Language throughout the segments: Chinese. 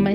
们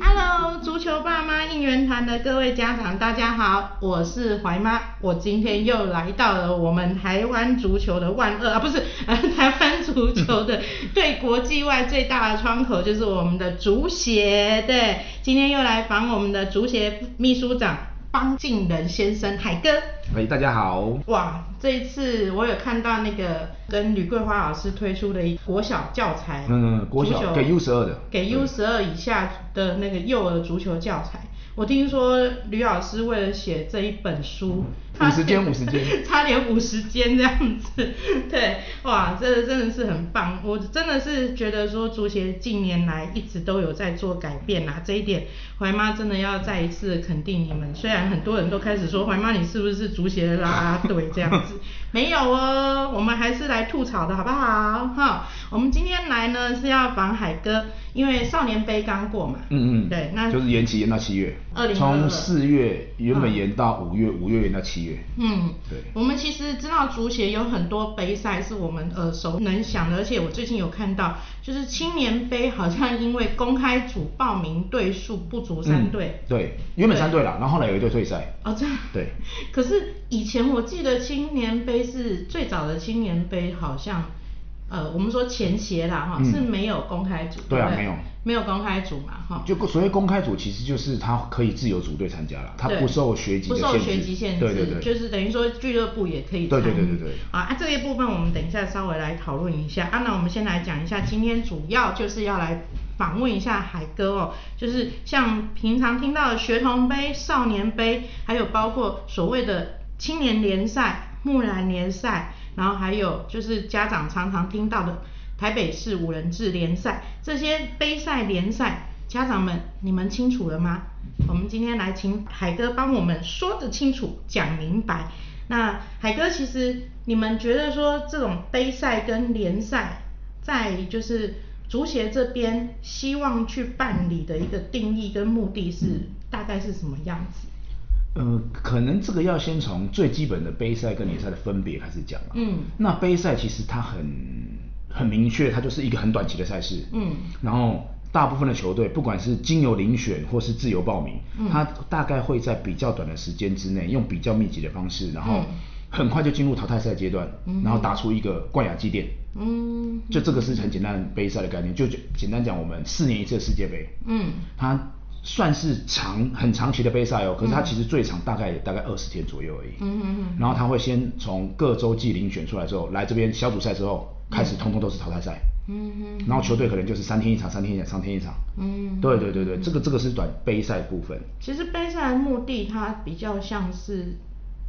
Hello，足球爸妈应援团的各位家长，大家好，我是怀妈，我今天又来到了我们台湾足球的万恶啊，不是， 呃，台湾足球的对国际外最大的窗口就是我们的足协，对，今天又来访我们的足协秘书长方敬仁先生海哥。喂，大家好。哇，这一次我有看到那个跟吕桂花老师推出的一个国小教材，嗯国小足球给 U12 的给对 U 十二以下的那个幼儿足球教材。我听说吕老师为了写这一本书，他50间50间 差点五十间这样子， 对，哇，这真的是很棒，我真的是觉得说足协近年来一直都有在做改变啦、这一点怀妈真的要再一次地肯定你们。虽然很多人都开始说怀妈你是不是足协的啦啦队这样子， 没有哦，我们还是来吐槽的好不好？哈，我们今天来呢是要访海哥，因为少年杯刚过嘛，嗯嗯，对，那就是延期延到七月， 2022从四月原本延到五月，五、月延到七月。嗯，对我们其实知道足协有很多杯赛是我们耳熟能详的，而且我最近有看到，就是青年杯好像因为公开组报名队数不足三队嗯、，对，原本三队啦，然后后来有一队退赛。哦，这样对。可是以前我记得青年杯是最早的青年杯，好像呃，我们说前协啦哈、嗯是没有公开组，对啊不没有没有公开组嘛哈。就所谓公开组，其实就是他可以自由组队参加了，他对不受学籍不的受限学制。籍限制，对对对，就是等于说俱乐部也可以对对参与对对对啊啊，这一部分我们等一下稍微来讨论一下啊。那我们先来讲一下，今天主要就是要来访问一下海哥哦，就是像平常听到的学童杯、少年杯，还有包括所谓的青年联赛、木兰联赛，然后还有就是家长常常听到的台北市五人制联赛，这些杯赛联赛。家长们，你们清楚了吗？我们今天来请海哥帮我们说得清楚、讲明白。那海哥，其实你们觉得说这种杯赛跟联赛，在就是足协这边希望去办理的一个定义跟目的是大概是什么样子？呃，可能这个要先从最基本的杯赛跟联赛的分别开始讲啊。嗯那杯赛其实它很很明确，它就是一个很短期的赛事。嗯然后大部分的球队，不管是经由遴选或是自由报名，嗯它大概会在比较短的时间之内，用比较密集的方式，然后嗯很快就进入淘汰赛阶段，嗯然后打出一个冠亚季殿。嗯就这个是很简单的杯赛的概念，就就简单讲，我们四年一次的世界杯，嗯它算是长很长期的杯赛哦，可是它嗯其实最长大概大概二十天左右而已。嗯嗯嗯然后它会先从各洲际遴选出来之后，来这边小组赛之后，开始通通都是淘汰赛。嗯然后球队可能就是三天一场，三天一场，三天一场。嗯对对对对，这个这个是短杯赛部分。其实杯赛的目的，它比较像是，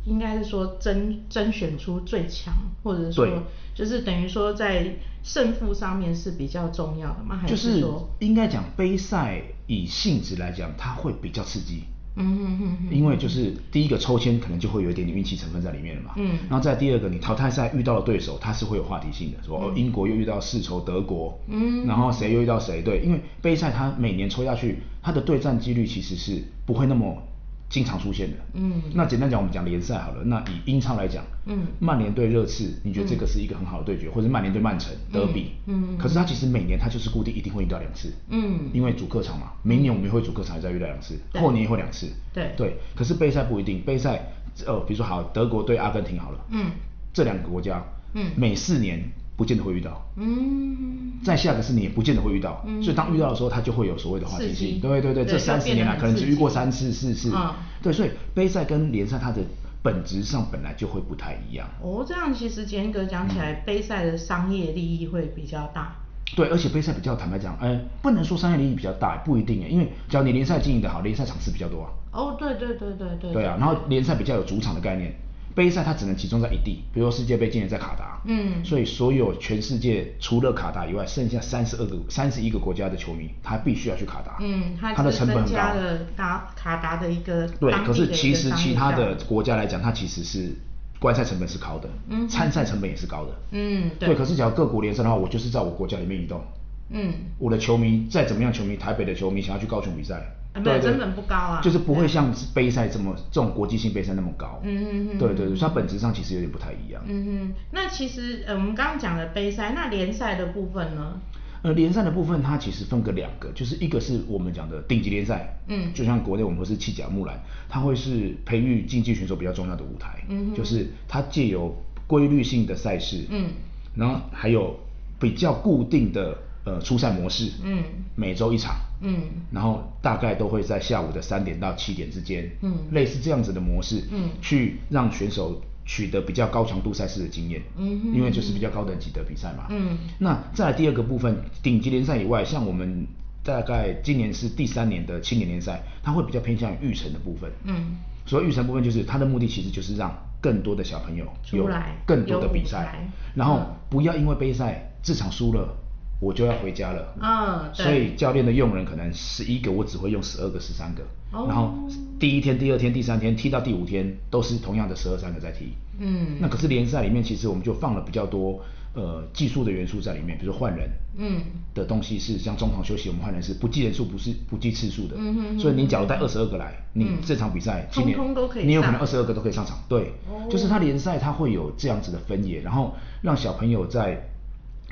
应该是说甄甄选出最强，或者说对就是等于说在胜负上面是比较重要的吗？还就是是说，应该讲杯赛以性质来讲，它会比较刺激，嗯哼哼哼，因为就是第一个抽签可能就会有一点点运气成分在里面了嘛。嗯然后再第二个，你淘汰赛遇到的对手，它是会有话题性的，说哦英国又遇到世仇德国，嗯然后谁又遇到谁？对，因为杯赛它每年抽下去，它的对战几率其实是不会那么经常出现的。嗯那简单讲，我们讲联赛好了。那以英超来讲，嗯曼联对热刺，你觉得这个是一个很好的对决，或者曼联对曼城德比？嗯嗯可是它其实每年它就是固定一定会遇到两次。嗯因为主客场嘛，明年我们也会主客场也再遇到两次，对后年也会两次。对对，可是杯赛不一定，杯赛呃，比如说好德国对阿根廷好了，嗯这两个国家，嗯每四年不见得会遇到。嗯在下个是你也不见得会遇到，嗯所以当遇到的时候，它就会有所谓的话题刺激性。对对对，对这三十年来就变得很可能只遇过三刺次、四次嗯。对，所以杯赛跟联赛它的本质上本来就会不太一样。哦，这样其实严格讲起来，杯赛的商业利益会比较大。对，而且杯赛比较坦白讲，哎，不能说商业利益比较大，不一定哎，因为只要你联赛经营的好，联赛场次比较多啊。啊哦，对对对对对。对啊，然后联赛比较有主场的概念，杯赛它只能集中在一地，比如说世界杯今年在卡达，嗯所以所有全世界除了卡达以外，剩下三十二个、三十一个国家的球迷，他必须要去卡达，嗯，它啊他的是成本增很加高，了达卡达的一个对，当可地是的一其个实商其业他价的值国家来讲，它其实是观赛成本是高的，嗯参赛成本也是高的，嗯对对。可是只要各国联赛的话，我就是在我国家里面移动，嗯，我的球迷再怎么样，球迷台北的球迷想要去高雄比赛，啊没有对对成本不高啊就是不会像杯赛这么这种国际性杯赛那么高，嗯嗯嗯对对对，所以它本质上其实有点不太一样，嗯哼，那其实呃我们刚刚讲的杯赛，那联赛的部分呢？呃，联赛的部分它其实分个两个，就是一个是我们讲的顶级联赛，嗯就像国内我们会是七甲、木兰，它会是培育竞技选手比较重要的舞台，嗯哼就是它借由规律性的赛事，嗯，然后还有比较固定的呃初赛模式，嗯每周一场，嗯然后大概都会在下午的三点到七点之间，嗯类似这样子的模式，嗯去让选手取得比较高强度赛事的经验，嗯哼因为就是比较高等级的比赛嘛，嗯那再来第二个部分，顶级联赛以外，像我们大概今年是第三年的青年联赛，它会比较偏向于育成的部分，嗯，所以育成部分就是它的目的其实就是让更多的小朋友有出来更多的有舞比台赛，然后嗯不要因为杯赛这场输了。我就要回家了，嗯对所以教练的用人可能十一个，我只会用十二个、十三个，哦然后第一天、第二天、第三天踢到第五天都是同样的十二三个在踢，嗯那可是联赛里面其实我们就放了比较多呃技术的元素在里面，比如说换人，嗯的东西是像中场休息，我们换人是不计人数，不是不计次数的。嗯哼哼所以你假如带二十二个来，你嗯这场比赛通今年通都可以你有可上能二十二个都可以上场。对，哦就是它联赛它会有这样子的分野，然后让小朋友在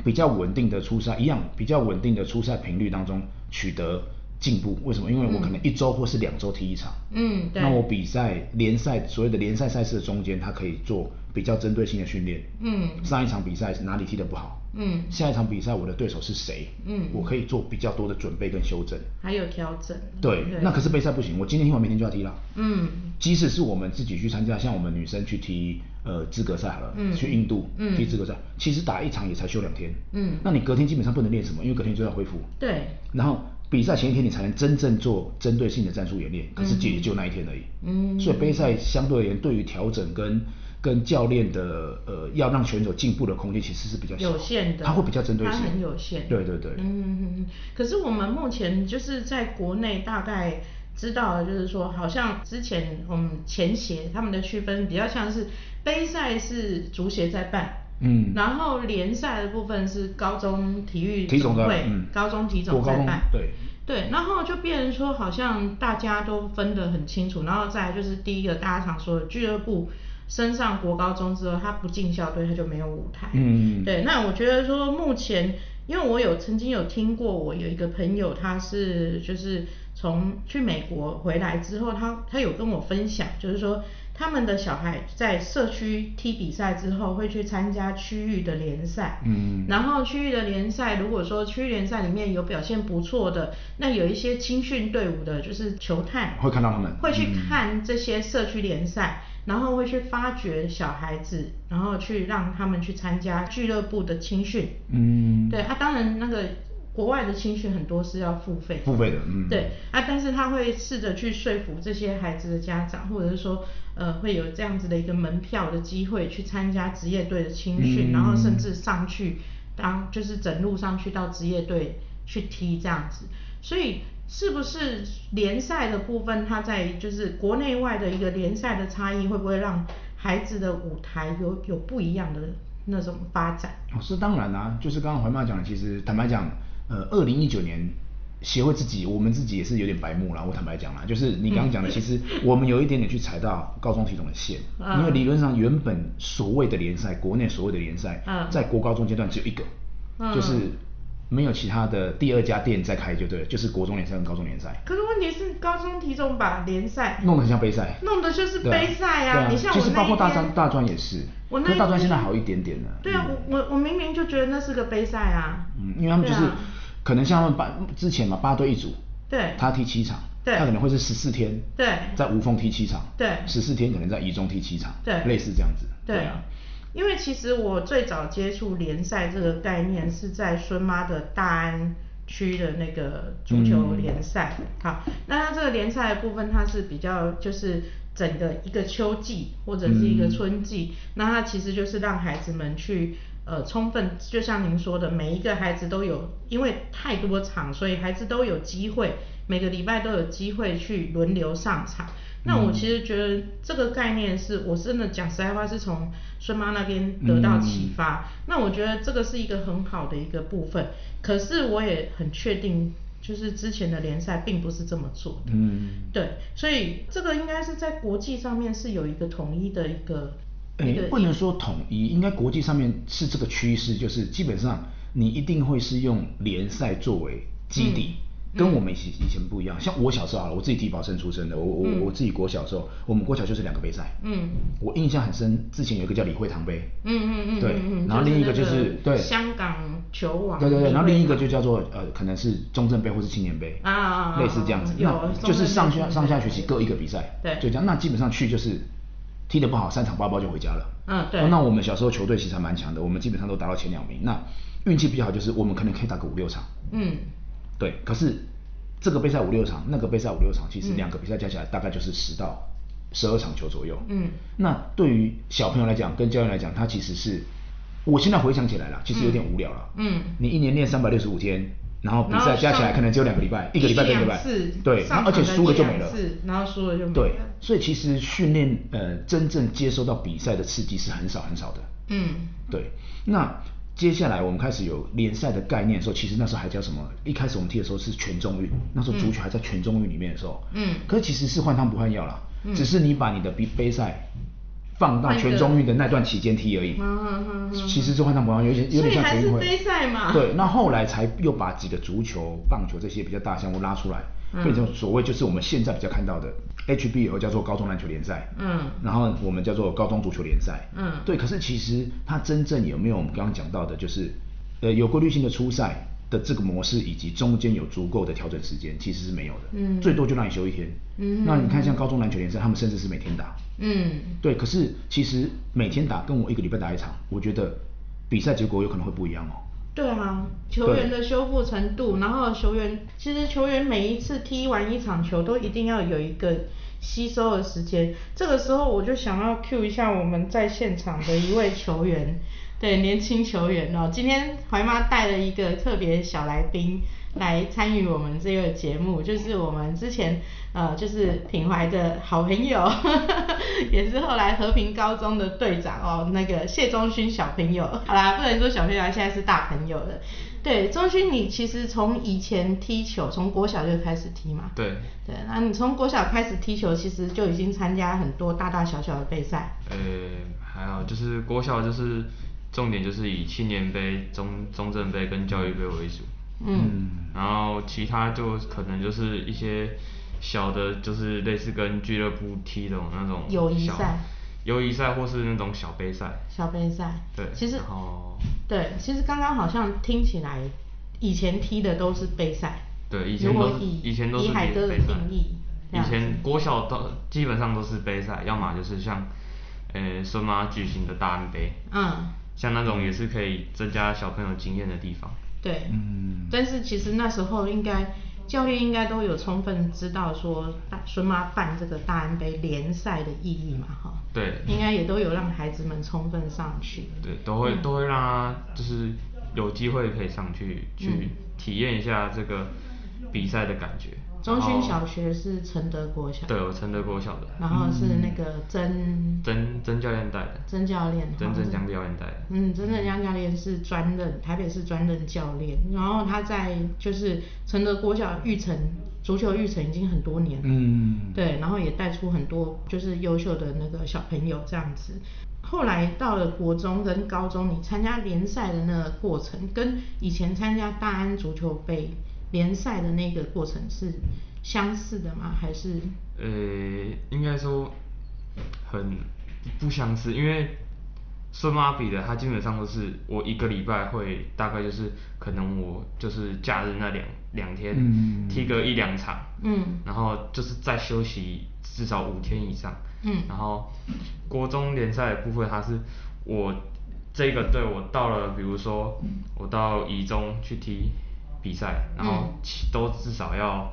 比较稳定的出赛，一样比较稳定的出赛频率当中取得进步。为什么？因为我可能一周或是两周踢一场。嗯，对。那我比赛联赛所谓的联赛赛事的中间，它可以做比较针对性的训练。嗯上一场比赛哪里踢得不好，嗯下一场比赛我的对手是谁，嗯我可以做比较多的准备跟修正。还有调整。对，那可是杯赛不行，我今天踢完明天就要踢了。嗯即使是我们自己去参加，像我们女生去踢呃资格赛好了，嗯去印度、嗯踢资格赛，其实打一场也才休两天，嗯那你隔天基本上不能练什么，因为隔天就要恢复。对，然后比赛前一天你才能真正做针对性的战术演练，可是也就那一天而已。嗯所以杯赛相对而言，对于调整跟跟教练的呃，要让选手进步的空间其实是比较小有限的，他会比较针对它性，很有限。对对对，嗯嗯嗯嗯。可是我们目前就是在国内大概知道的，就是说，好像之前我们前协他们的区分比较像是杯赛是足协在办。嗯然后联赛的部分是高中体育体总总在会，嗯高中体总国高在中办，对对，然后就变成说，好像大家都分得很清楚，然后再来就是第一个大家常说的俱乐部升上国高中之后，他不进校队，他就没有舞台。嗯对，那我觉得说目前，因为我有曾经有听过，我有一个朋友，他是就是从去美国回来之后，他他有跟我分享，就是说他们的小孩在社区踢比赛之后，会去参加区域的联赛。嗯然后区域的联赛，如果说区域联赛里面有表现不错的，那有一些青训队伍的，就是球探会看到他们会去嗯看这些社区联赛，然后会去发掘小孩子，然后去让他们去参加俱乐部的青训。嗯，对，啊，当然那个国外的青训很多是要付费，付费的嗯对，啊，但是他会试着去说服这些孩子的家长，或者是说，呃，会有这样子的一个门票的机会去参加职业队的青嗯训，然后甚至上去当就是整路上去到职业队去踢这样子，所以。是不是联赛的部分，它在就是国内外的一个联赛的差异，会不会让孩子的舞台有有不一样的那种发展？哦，是当然啦、就是刚刚怀妈讲的，其实坦白讲，呃，二零一九年协会自己，我们自己也是有点白目啦。我坦白讲啦，就是你刚刚讲的，其实我们有一点点去踩到高中体总的线，嗯因为理论上原本所谓的联赛，国内所谓的联赛，嗯在国高中阶段只有一个，嗯就是没有其他的第二家店在开就对了，就是国中联赛跟高中联赛。可是问题是，高中体总把联赛弄得很像杯赛，弄得就是对啊杯赛对啊！啊，你像我其实那包一括大天专大专也是，我那可一是大专天现在好一点点了。对啊，嗯我我我明明就觉得那是个杯赛啊。嗯，因为他们就是、对啊可能像他们把之前嘛八队一组，对他踢七场，对他可能会是十四天，对在无缝踢七场，对十四天可能在宜中踢七场，对类似这样子，对啊，因为其实我最早接触联赛这个概念是在孙妈的大安区的那嗯个足球联赛。好，那它这个联赛的部分，它是比较就是整个一个秋季或者是一个春季，那它其实就是让孩子们去呃充分，就像您说的，每一个孩子都有，因为太多场，所以孩子都有机会，每个礼拜都有机会去轮流上场。那我其实觉得这个概念是我真的讲实在话，是从孙妈那边得到启发。那我觉得这个是一个很好的一个部分，可是我也很确定，就是之前的联赛并不是这么做的。嗯，对，所以这个应该是在国际上面是有一个统一的一个一诶个，哎不能说统一，应该国际上面是这个趋势，就是基本上你一定会是用联赛作为基底。嗯跟我们以前以前不一样，像我小时候好了，我自己体保生出身的，我我嗯我自己国小的时候，我们国小就是两个杯赛，嗯我印象很深，之前有一个叫李惠堂杯，嗯嗯嗯，对嗯嗯然后另一个就是那对香港球网对对对，然后另一个就叫叫做呃，可能是中正杯或是青年杯啊啊啊啊类似这样子，有那中就是正杯上青下年上下杯学期各一个比赛，对就这样。那基本上去就是踢得不好，三场八包就回家了。嗯对哦那我们小时候球队其实还蛮强的，我们基本上都达到前两名。那运气比较好，就是我们可能可以打个五六场，嗯对。可是这个杯赛五六场，那个杯赛五六场，其实嗯两个比赛加起来大概就是十到十二场球左右。嗯那对于小朋友来讲，跟教练来讲，他其实是，我现在回想起来了，其实有点无聊了。嗯你一年练三百六十五天，然后比然后赛加起来上可能只有两个礼拜，一个礼拜一跟一个礼两拜次，对，上然后而且场的输了一就两没了次，然后输了就没对了，所以其实训练呃真正接收到比赛的刺激是很少很少的。嗯对，那接下来我们开始有联赛的概念的时候，其实那时候还叫什么？一开始我们踢的时候是全中运，那时候足球还在全中运里面的时候，嗯可是其实是换汤不换药啦，嗯只是你把你的杯杯赛放到换一个全中运的那段期间踢而已，嗯嗯嗯嗯其实是换汤不换药，有点所有点以像还全是运会杯赛嘛对，那后来才又把几个足球、棒球这些比较大项目拉出来，嗯变成所谓就是我们现在比较看到的 HBL 叫做高中篮球联赛，嗯然后我们叫做高中足球联赛，嗯对。可是其实它真正有没有我们刚刚讲到的，就是呃有规律性的出赛的这个模式，以及中间有足够的调整时间，其实是没有的，嗯最多就让你休一天，嗯那你看像高中篮球联赛，他们甚至是每天打，嗯对。可是其实每天打跟我一个礼拜打一场，我觉得比赛结果有可能会不一样哦。对啊，球员对的修复程度，然后球员其实球员每一次踢完一场球都一定要有一个吸收的时间。这个时候我就想要 cue 一下我们在现场的一位球员，对年轻球员哦，今天怀妈带了一个特别小来宾来参与我们这个节目，就是我们之前呃就是品怀的好朋友， 也是后来和平高中的队长哦，那个谢忠勋小朋友。好啦，不能说小朋友啊，现在是大朋友了。对，忠勋，你其实从以前踢球，从国小就开始踢嘛？对，对，那你从国小开始踢球，其实就已经参加很多大大小小的备赛。呃，还好，就是国小就是重点就是以青年杯、中中正杯跟教育杯为主，嗯然后其他就可能就是一些小的，就是类似跟俱乐部踢的那种友谊小赛、友谊赛或是那种小杯赛。小杯赛。对其实然后对，其实刚刚好像听起来，以前踢的都是杯赛。对，以如前果都是以以前都以是海比哥的杯赛定义这以样子前国小都基本上都是杯赛，要么就是像呃孙妈举行的大安杯，嗯，像那种也是可以增加小朋友经验的地方。对。嗯但是其实那时候应该教练应该都有充分知道说大孙妈办这个大安杯联赛的意义嘛，哈。对应该也都有让孩子们充分上去。对，都嗯会、都会让他就是有机会可以上去嗯去体验一下这个比赛的感觉。中然勋后小学嗯是承德国小，对，我承德国小的，然后是那个曾曾曾教练带的，曾教练，曾哈曾江教练带的。嗯，真正江教练是专任台北市专任教练，然后他在就是承德国小育成足球育成已经很多年了，嗯，对，然后也带出很多就是优秀的那个小朋友这样子。后来到了国中跟高中，你参加联赛的那个过程，跟以前参加大安足球杯联赛的那个过程是相似的吗？还是呃，应该说很不相似，因为孙妈比的，他基本上都是我一个礼拜会大概就是可能我就是假日那两两天、嗯踢个一两场，嗯然后就是再休息至少五天以上，嗯然后国中联赛的部分，它是我这个队我到了，比如说我到乙中去踢比赛，然后嗯起都至少要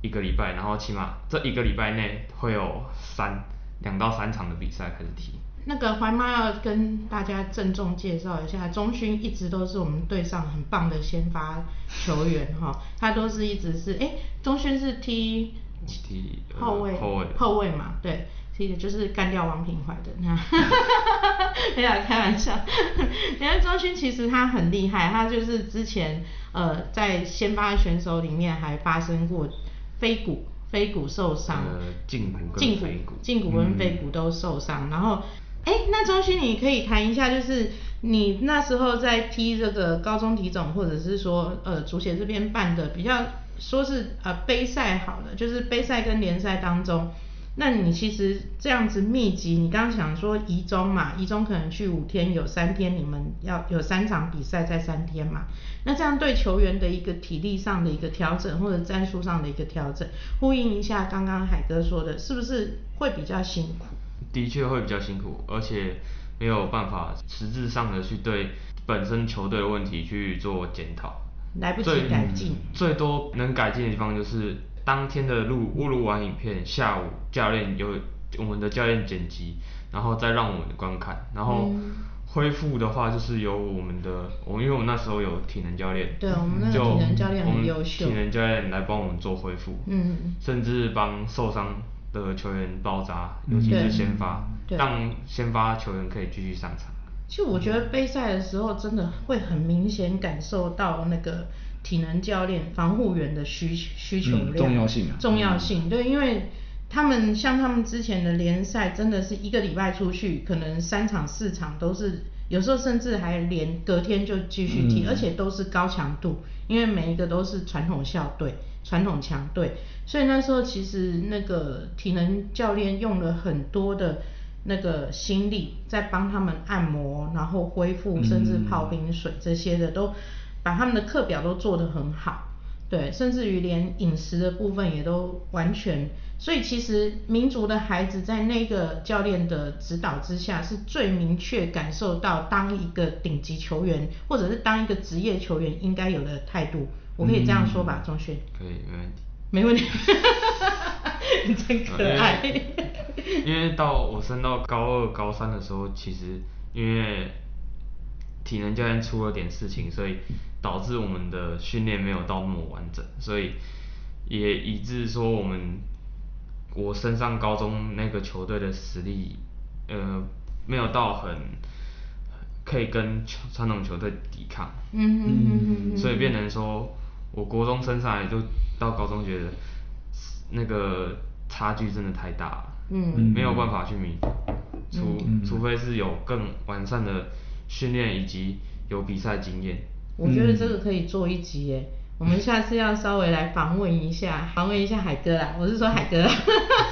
一个礼拜，然后起码这一个礼拜内会有三两到三场的比赛开始踢。那个怀妈要跟大家郑重介绍一下，钟勋一直都是我们队上很棒的先发球员哈、他都是一直是哎，钟勋是踢我踢呃后卫后卫后卫嘛，对，是一个就是干掉王品怀的 那，没有开玩笑。 因为钟勋其实他很厉害，他就是之前呃在先发选手里面还发生过飞骨飞骨受伤，呃胫骨跟胫骨腓骨嗯胫骨跟腓骨都受伤，然后。哎，那钟勋，你可以谈一下，就是你那时候在踢这个高中体总，或者是说呃足协这边办的比较说是呃杯赛好了，就是杯赛跟联赛当中，那你其实这样子密集，你刚刚想说宜中嘛，宜中可能去五天，有三天你们要有三场比赛在三天嘛，那这样对球员的一个体力上的一个调整，或者战术上的一个调整，呼应一下刚刚海哥说的，是不是会比较辛苦？的确会比较辛苦，而且没有办法实质上的去对本身球队的问题去做检讨。来不及最改进最多能改进的地方就是当天的录录录完影片，下午教练有我们的教练剪辑，然后再让我们观看，然后嗯恢复的话就是由我们的我们因为我们那时候有体能教练，对我们那个就体能教练很我们优秀体能教练来帮我们做恢复，嗯甚至帮受伤的球员包扎，尤其对是先发，对让先发球员可以继续上场。嗯其实我觉得杯赛的时候，真的会很明显感受到那个体能教练、防护员的需需求量、嗯重要性啊重要性。对，因为他们像他们之前的联赛，真的是一个礼拜出去，可能三场四场都是，有时候甚至还连隔天就继续踢，嗯而且都是高强度，因为每一个都是传统校队、传统强队，所以那时候其实那个体能教练用了很多的。那个心力在帮他们按摩，然后恢复，甚至泡冰水这些的，都把他们的课表都做得很好，对，甚至于连饮食的部分也都完全。所以其实民族的孩子在那个教练的指导之下，是最明确感受到当一个顶级球员，或者是当一个职业球员应该有的态度。我可以这样说嗯吧，钟勋，可以，没问题。没问题， 你真可爱。哎因为到我升到高二、高三的时候，其实因为体能教练出了点事情，所以导致我们的训练没有到那么完整，所以也以致说我们我升上高中那个球队的实力，呃，没有到很可以跟球传统球队抵抗。嗯哼哼哼哼所以变成说，我国中升上来就到高中，觉得那个差距真的太大了，嗯没有办法去弥补，除、嗯除非是有更完善的训练以及有比赛经验。我觉得这个可以做一集耶。我们下次要稍微来访问一下， 访问一下海哥啊啦。我是说海哥啦，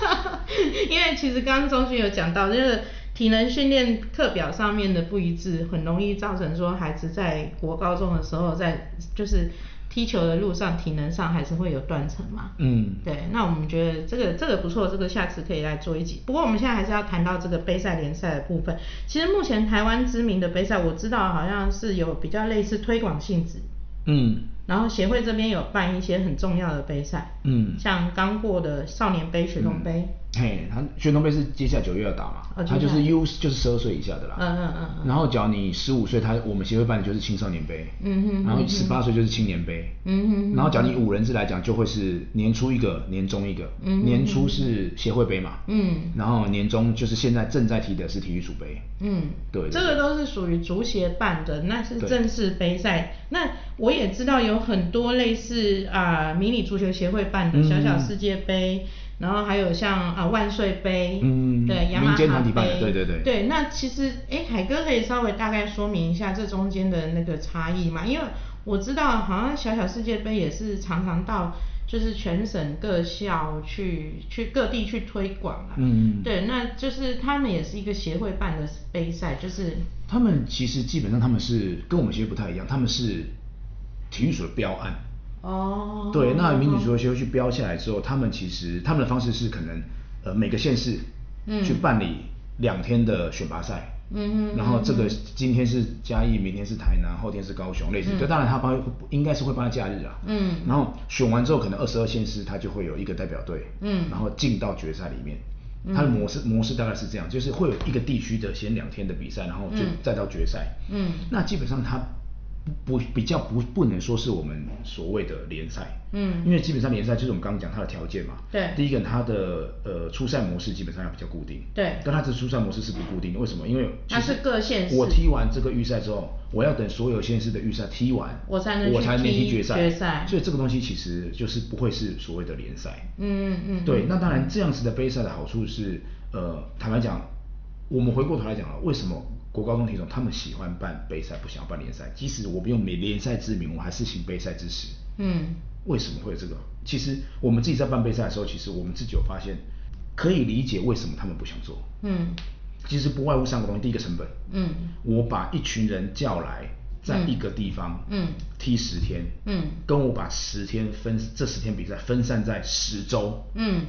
啊 因为其实刚刚钟勋有讲到，就是体能训练课表上面的不一致，很容易造成说孩子在国高中的时候在就是踢球的路上，体能上还是会有断层嘛。嗯对，那我们觉得这个这个不错，这个下次可以来做一集。不过我们现在还是要谈到这个杯赛联赛的部分。其实目前台湾知名的杯赛，我知道好像是有比较类似推广性质，嗯然后协会这边有办一些很重要的杯赛，嗯像刚过的少年杯、雪童杯，嘿，他宣东杯是接下来九月要打嘛，哦他就接下来是 U 就是十二岁以下的啦。嗯嗯嗯嗯然后，只要你十五岁，他我们协会办的就是青少年杯。嗯哼然后嗯哼十八岁就是青年杯。嗯哼嗯哼然后，假如你五人制来讲，就会是年初一个，年终一个。嗯哼年初是协会杯嘛。嗯然后年终就是现在正在踢的是体育署杯。嗯，对对这个都是属于足协办的，那是对正式杯赛。那我也知道有很多类似啊、迷你足球协会办的嗯小小世界杯，然后还有像啊、万岁杯，嗯对，雅马民间哈团体办的杯，对对对对，那其实哎，海哥可以稍微大概说明一下这中间的那个差异嘛？因为我知道好像小小世界杯也是常常到。就是全省各校去去各地去推广啊，嗯对，那就是他们也是一个协会办的杯赛，就是他们其实基本上他们是跟我们协会不太一样，他们是体育署的标案。哦，对，那民主足球协会去标下来之后，他们其实他们的方式是可能呃每个县市嗯去办理两天的选拔赛，嗯哼然后这个嗯哼今天是嘉义，明天是台南，后天是高雄，类似。嗯这、当然他帮应该是会帮他假日啊。嗯然后选完之后，可能二十二县市他就会有一个代表队，嗯然后进到决赛里面。嗯它的模式模式大概是这样，就是会有一个地区的先两天的比赛，然后就嗯再到决赛。嗯那基本上它不不比较不不能说是我们所谓的联赛，嗯因为基本上联赛就是我们刚刚讲它的条件嘛。对第一个，它的呃初赛模式基本上要比较固定。对但它的初赛模式是不固定的，为什么？因为其它实是各县市我踢完这个预赛之后，我要等所有县市的预赛踢完，我才能我去才能踢踢决赛。决赛所以这个东西其实就是不会是所谓的联赛。嗯嗯对，那当然这样子的杯赛的好处是，呃，坦白讲，我们回过头来讲了，为什么国高中体总他们喜欢办杯赛，不想办联赛？即使我们用联联赛之名，我还是行杯赛之实。嗯为什么会有这个？其实我们自己在办杯赛的时候，其实我们自己有发现，可以理解为什么他们不想做。嗯其实不外乎三个东西，第一个成本，嗯我把一群人叫来，在一个地方，嗯踢十天，嗯跟我把十天分这十天比赛分散在十周，嗯，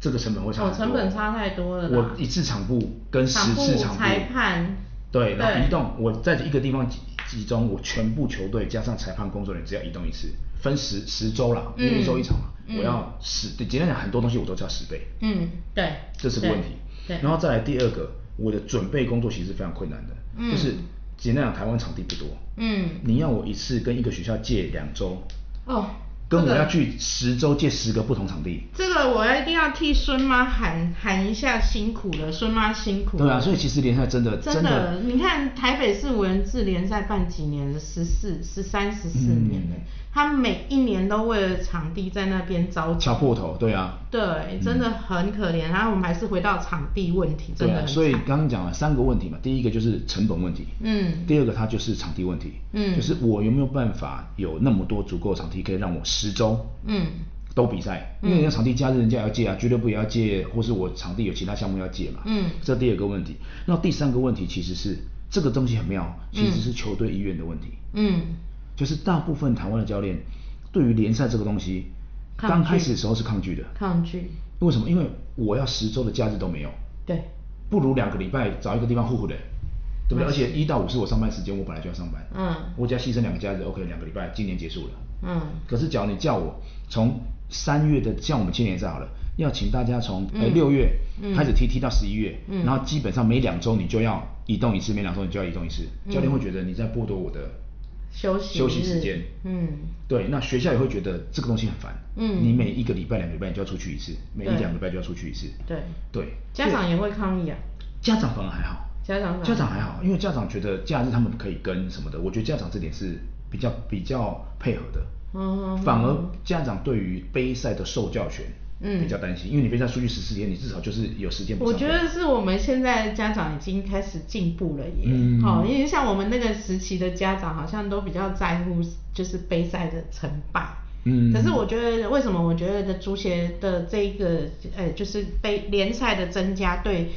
这个成本会差哦很多成本差太多了啦我一次场部跟十次场部场部裁判对，然对后移动，我在一个地方集集中，我全部球队加上裁判工作人员，只要移动一次，分十十周啦，因为嗯一周一场嘛，嗯我要十，对简单讲很多东西我都叫十倍，嗯对，这是个对问题。对，然后再来第二个，我的准备工作其实是非常困难的，嗯就是简单讲，台湾场地不多，嗯你要我一次跟一个学校借两周，哦，跟这我个要去十周借十个不同场地，这个我一定要替孙妈喊喊一下辛苦了，孙妈辛苦了。对啊，所以其实联赛真的真的，你看台北市五人制联赛办几年了？十四、十三、十四嗯年了。他每一年都为了场地在那边着急敲。破头，对啊，对，真的很可怜。然后我们还是回到场地问题，真对的很啊，惨。所以刚刚讲了三个问题嘛，第一个就是成本问题，嗯第二个它就是场地问题，嗯就是我有没有办法有那么多足够的场地可以让我十周嗯都比赛，嗯因为人家场地假日人家也要借啊，俱乐部也要借，或是我场地有其他项目要借嘛，嗯这第二个问题。那第三个问题其实是这个东西很妙，其嗯实是球队意愿的问题，嗯就是大部分台湾的教练对于联赛这个东西，抗拒刚开始的时候是抗拒的，抗拒。为什么？因为我要十周的假日都没有，对，不如两个礼拜找一个地方户户的，对不对？那而是且一到五是我上班时间，我本来就要上班，嗯我只要牺牲两个假日，OK，两个礼拜，今年结束了。嗯可是，假如你叫我从三月的，像我们青年赛好了，要请大家从呃嗯六月嗯开始踢，踢到十一月，嗯然后基本上每两周你就要移动一次，每两周你就要移动一次，嗯教练会觉得你在剥夺我的休息休息时日间。嗯对，那学校也会觉得这个东西很烦。嗯你每一个礼拜、两个礼拜你就要出去一次，每一对两个礼拜就要出去一次。对对，家长也会抗议啊。家长反而还好。家长反而家长还好，因为家长觉得假日他们可以跟什么的，我觉得家长这点是比较比较配合的。嗯反而家长对于杯赛的受教权，嗯比较担心，因为你杯赛出去十四天，你至少就是有时间。我觉得，是我们现在家长已经开始进步了耶，嗯哦，因为像我们那个时期的家长好像都比较在乎就是杯赛的成败，嗯可是我觉得为什么我觉得的足协的这一个呃就是杯联赛的增加对。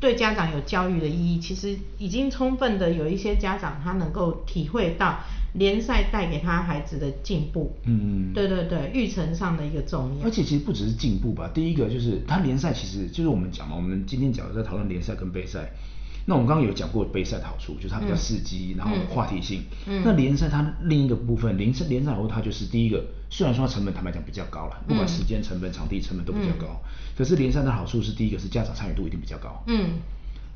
对家长有教育的意义，其实已经充分的有一些家长他能够体会到联赛带给他孩子的进步，嗯，对对对，育成上的一个重要。而且其实不只是进步吧，第一个就是它联赛，其实就是我们讲嘛，我们今天讲在讨论联赛跟杯赛。那我们刚刚有讲过杯赛的好处，就是它比较嗯刺激，然后嗯话题性。嗯那联赛它另一个部分，联赛联赛好处它就是第一个，虽然说它成本坦白讲比较高了，不管嗯时间成本、场地成本都比较嗯高，可是联赛的好处是第一个是家长参与度一定比较高，嗯，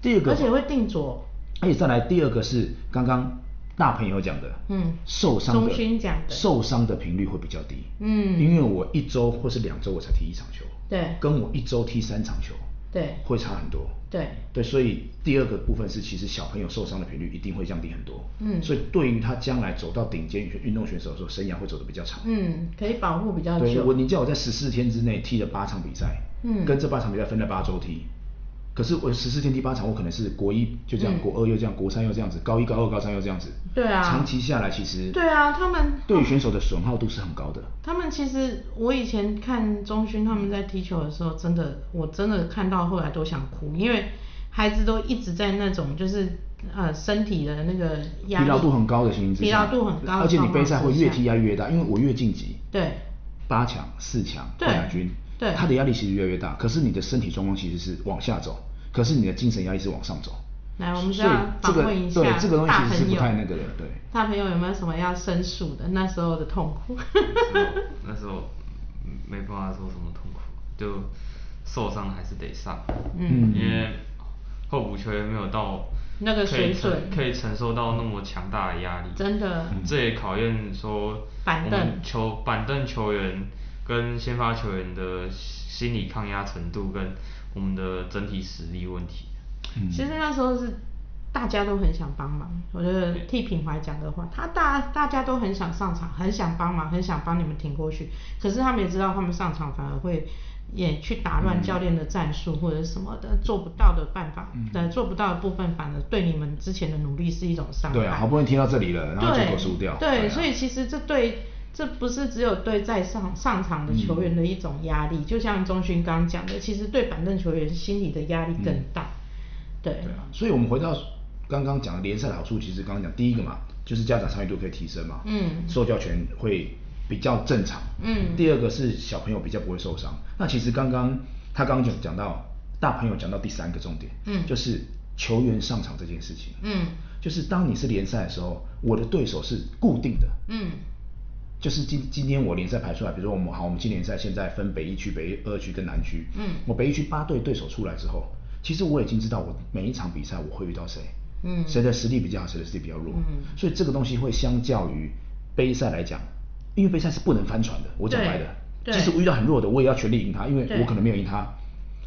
第二个而且会定着，而且再来第二个是刚刚大朋友讲的，嗯受伤的钟勋讲的受伤的频率会比较低，嗯因为我一周或是两周我才踢一场球，对跟我一周踢三场球对会差很多，对，对，所以第二个部分是其实小朋友受伤的频率一定会降低很多，嗯所以对于他将来走到顶尖运动选手的时候，生涯会走得比较长，嗯，可以保护比较对久。我，你叫我在十四天之内踢了八场比赛，嗯跟这八场比赛分了八周踢，可是我十四天踢八场，我可能是国一就这样，嗯国二又这样，国三又这样子，高一、高二、高三又这样子。对啊长期下来，其实对啊他们对于选手的损耗度是很高的。他们其实我以前看中勋他们在踢球的时候，真的我真的看到后来都想哭，因为孩子都一直在那种就是呃身体的那个疲压力劳度很高的情形之疲下劳度很高的而且你状杯况赛之会越下踢压力越大，因为我越晋级，对八强、四强、对冠亚军，对他的压力其实越来越大，可是你的身体状况其实是往下走，可是你的精神压力是往上走。来，哎我们就所以要这访个问一下对这个东西大其实是朋不友。太那个的，对。大朋友有没有什么要申诉的？那时候的痛苦。那时候嗯没办法说什么痛苦，就受伤还是得上，嗯因为候补球员没有到那个可水以承准可以承受到那么强大的压力，真的这也考验说板我凳们球板凳球员跟先发球员的心理抗压程度跟我们的整体实力问题。嗯其实那时候是大家都很想帮忙，我觉得替品牌讲的话，他大大家都很想上场，很想帮忙，很想帮你们挺过去。可是他们也知道，他们上场反而会也去打乱教练的战术或者什么嗯的，做不到的办法，呃，做不到的部分，反而对你们之前的努力是一种伤害。对啊，好不容易听到这里了，然后结果输掉。对，啊所以其实这对这不是只有对在上上场的球员的一种压力，就像钟勋刚讲的，其实对板凳球员心理的压力更大。对，对啊，所以我们回到刚刚讲的联赛的好处，其实刚刚讲第一个嘛，就是家长参与度可以提升嘛，嗯受教权会比较正常，嗯第二个是小朋友比较不会受伤。那其实刚刚他刚刚讲讲到大朋友讲到第三个重点，嗯就是球员上场这件事情，嗯就是当你是联赛的时候，我的对手是固定的，嗯就是今今天我联赛排出来，比如说我们好，我们今年联赛现在分北一区、北二区跟南区。嗯我北一区八队对手出来之后，其实我已经知道我每一场比赛我会遇到谁，嗯谁的实力比较好，谁的实力比较弱。嗯所以这个东西会相较于杯赛来讲，因为杯赛是不能翻船的，我讲对白的，对即使我遇到很弱的，我也要全力赢他，因为对我可能没有赢他，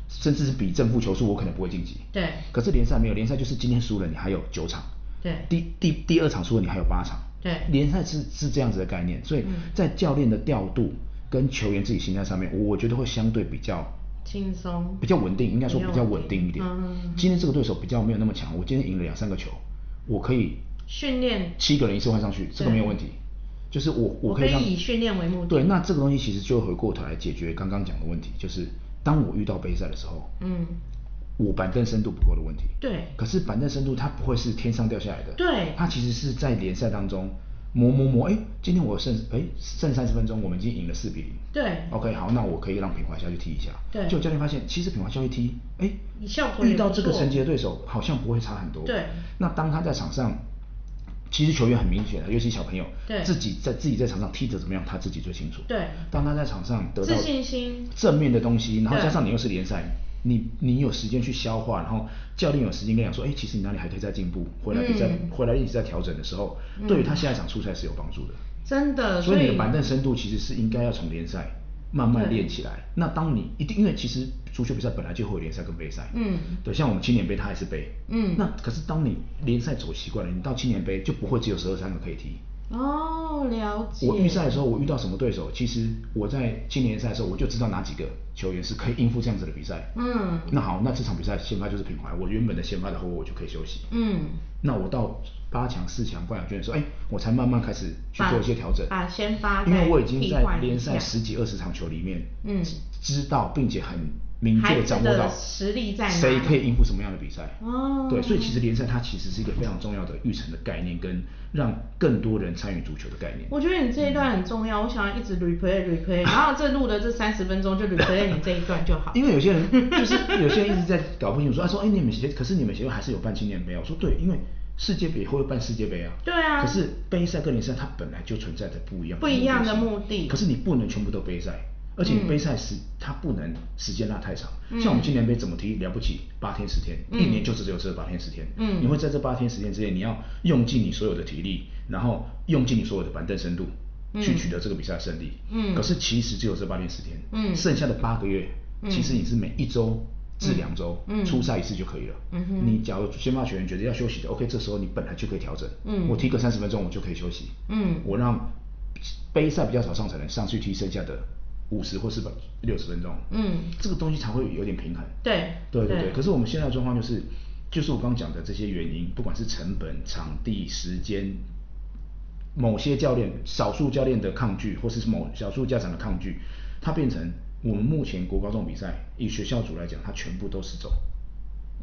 甚至是比正负球数，我可能不会晋级。对可是联赛没有，联赛就是今天输了，你还有九场。对第第第二场输了，你还有八场。对联赛是是这样子的概念，所以嗯在教练的调度跟球员自己心态上面，我我觉得会相对比较轻松比较稳定，应该说比较稳定一点。嗯今天这个对手比较没有那么强，我今天赢了两三个球，我可以训练，七个人一次换上去，这个没有问题。就是我我可可以以让以训练为目的对，那这个东西其实就回过头来解决刚刚讲的问题，就是当我遇到杯赛的时候，嗯，我板凳深度不够的问题。对可是板凳深度它不会是天上掉下来的，对它其实是在联赛当中磨磨磨，哎，今天我剩哎剩三十分钟，我们已经赢了四比零。对，OK，好，那我可以让品华下去踢一下。对就教练发现，其实品华下去踢，哎，效果也遇到这个不错层级的对手好像不会差很多。对那当他在场上。其实球员很明显的，尤其小朋友，对自己在自己在场上踢得怎么样，他自己最清楚。对当他在场上得到自信心正面的东西，然后对加上你又是联赛，你你有时间去消化，然后教练有时间跟你讲说，哎、其实你哪里还可以再进步，回来比赛、嗯回来一直在调整的时候，嗯对于他下一场出赛是有帮助的。真的，所以以你的板凳深度其实是应该要从联赛慢慢练起来。那当你一定，因为其实足球比赛本来就会有联赛跟杯赛，嗯对，像我们青年杯它也是杯，嗯那可是当你联赛走习惯了，你到青年杯就不会只有十二三个可以踢，哦了解，我预赛的时候，我遇到什么对手，其实我在青年赛的时候，我就知道哪几个球员是可以应付这样子的比赛。嗯那好，那这场比赛先发就是品牌，我原本的先发的后卫我就可以休息。嗯。那我到八强、四强、冠亚军的时候，哎、我才慢慢开始去把做一些调整。把先发因为再我已经替在换一联赛下十几二十场球里面，嗯知知道并且很明确孩的子掌握的到实力在哪里谁可以应付什么样的比赛。哦对，所以其实联赛它其实是一个非常重要的育成的概念，跟让更多人参与足球的概念。我觉得你这一段很重要，我想要一直 replay replay，然后这录的这三十分钟就 replay 你这一段就好。因为有些人就是有些人一直在搞不清楚，说他说哎、你们协可是你们协会还是有办青年杯啊？我说对，因为世界杯也会办世界杯啊。对啊可是杯赛跟联赛它本来就存在着不一样不一样的性目的可是你不能全部都杯赛，而且嗯杯赛时、它不能时间拉太长。嗯像我们青年杯怎么踢了不起，八天十天，嗯一年就只有这八天十天。嗯你会在这八天十天之内，你要用尽你所有的体力，然后用尽你所有的板凳深度。去嗯取得这个比赛的胜利，嗯可是其实只有这八天十天，嗯剩下的八个月，嗯其实你是每一周至两周嗯出赛一次就可以了。嗯哼你假如先发球员觉得要休息的，OK，这时候你本来就可以调整。嗯我踢个三十分钟，我就可以休息。嗯我让杯赛比较少上场的人上去踢剩下的五十或是六十分钟。嗯这个东西才会有点平衡。对对对对对。可是我们现在的状况就是，就是我刚刚讲的这些原因，不管是成本、场地、时间，某些教练、少数教练的抗拒，或是某少数家长的抗拒，它变成我们目前国高中比赛，以学校组来讲，它全部都是走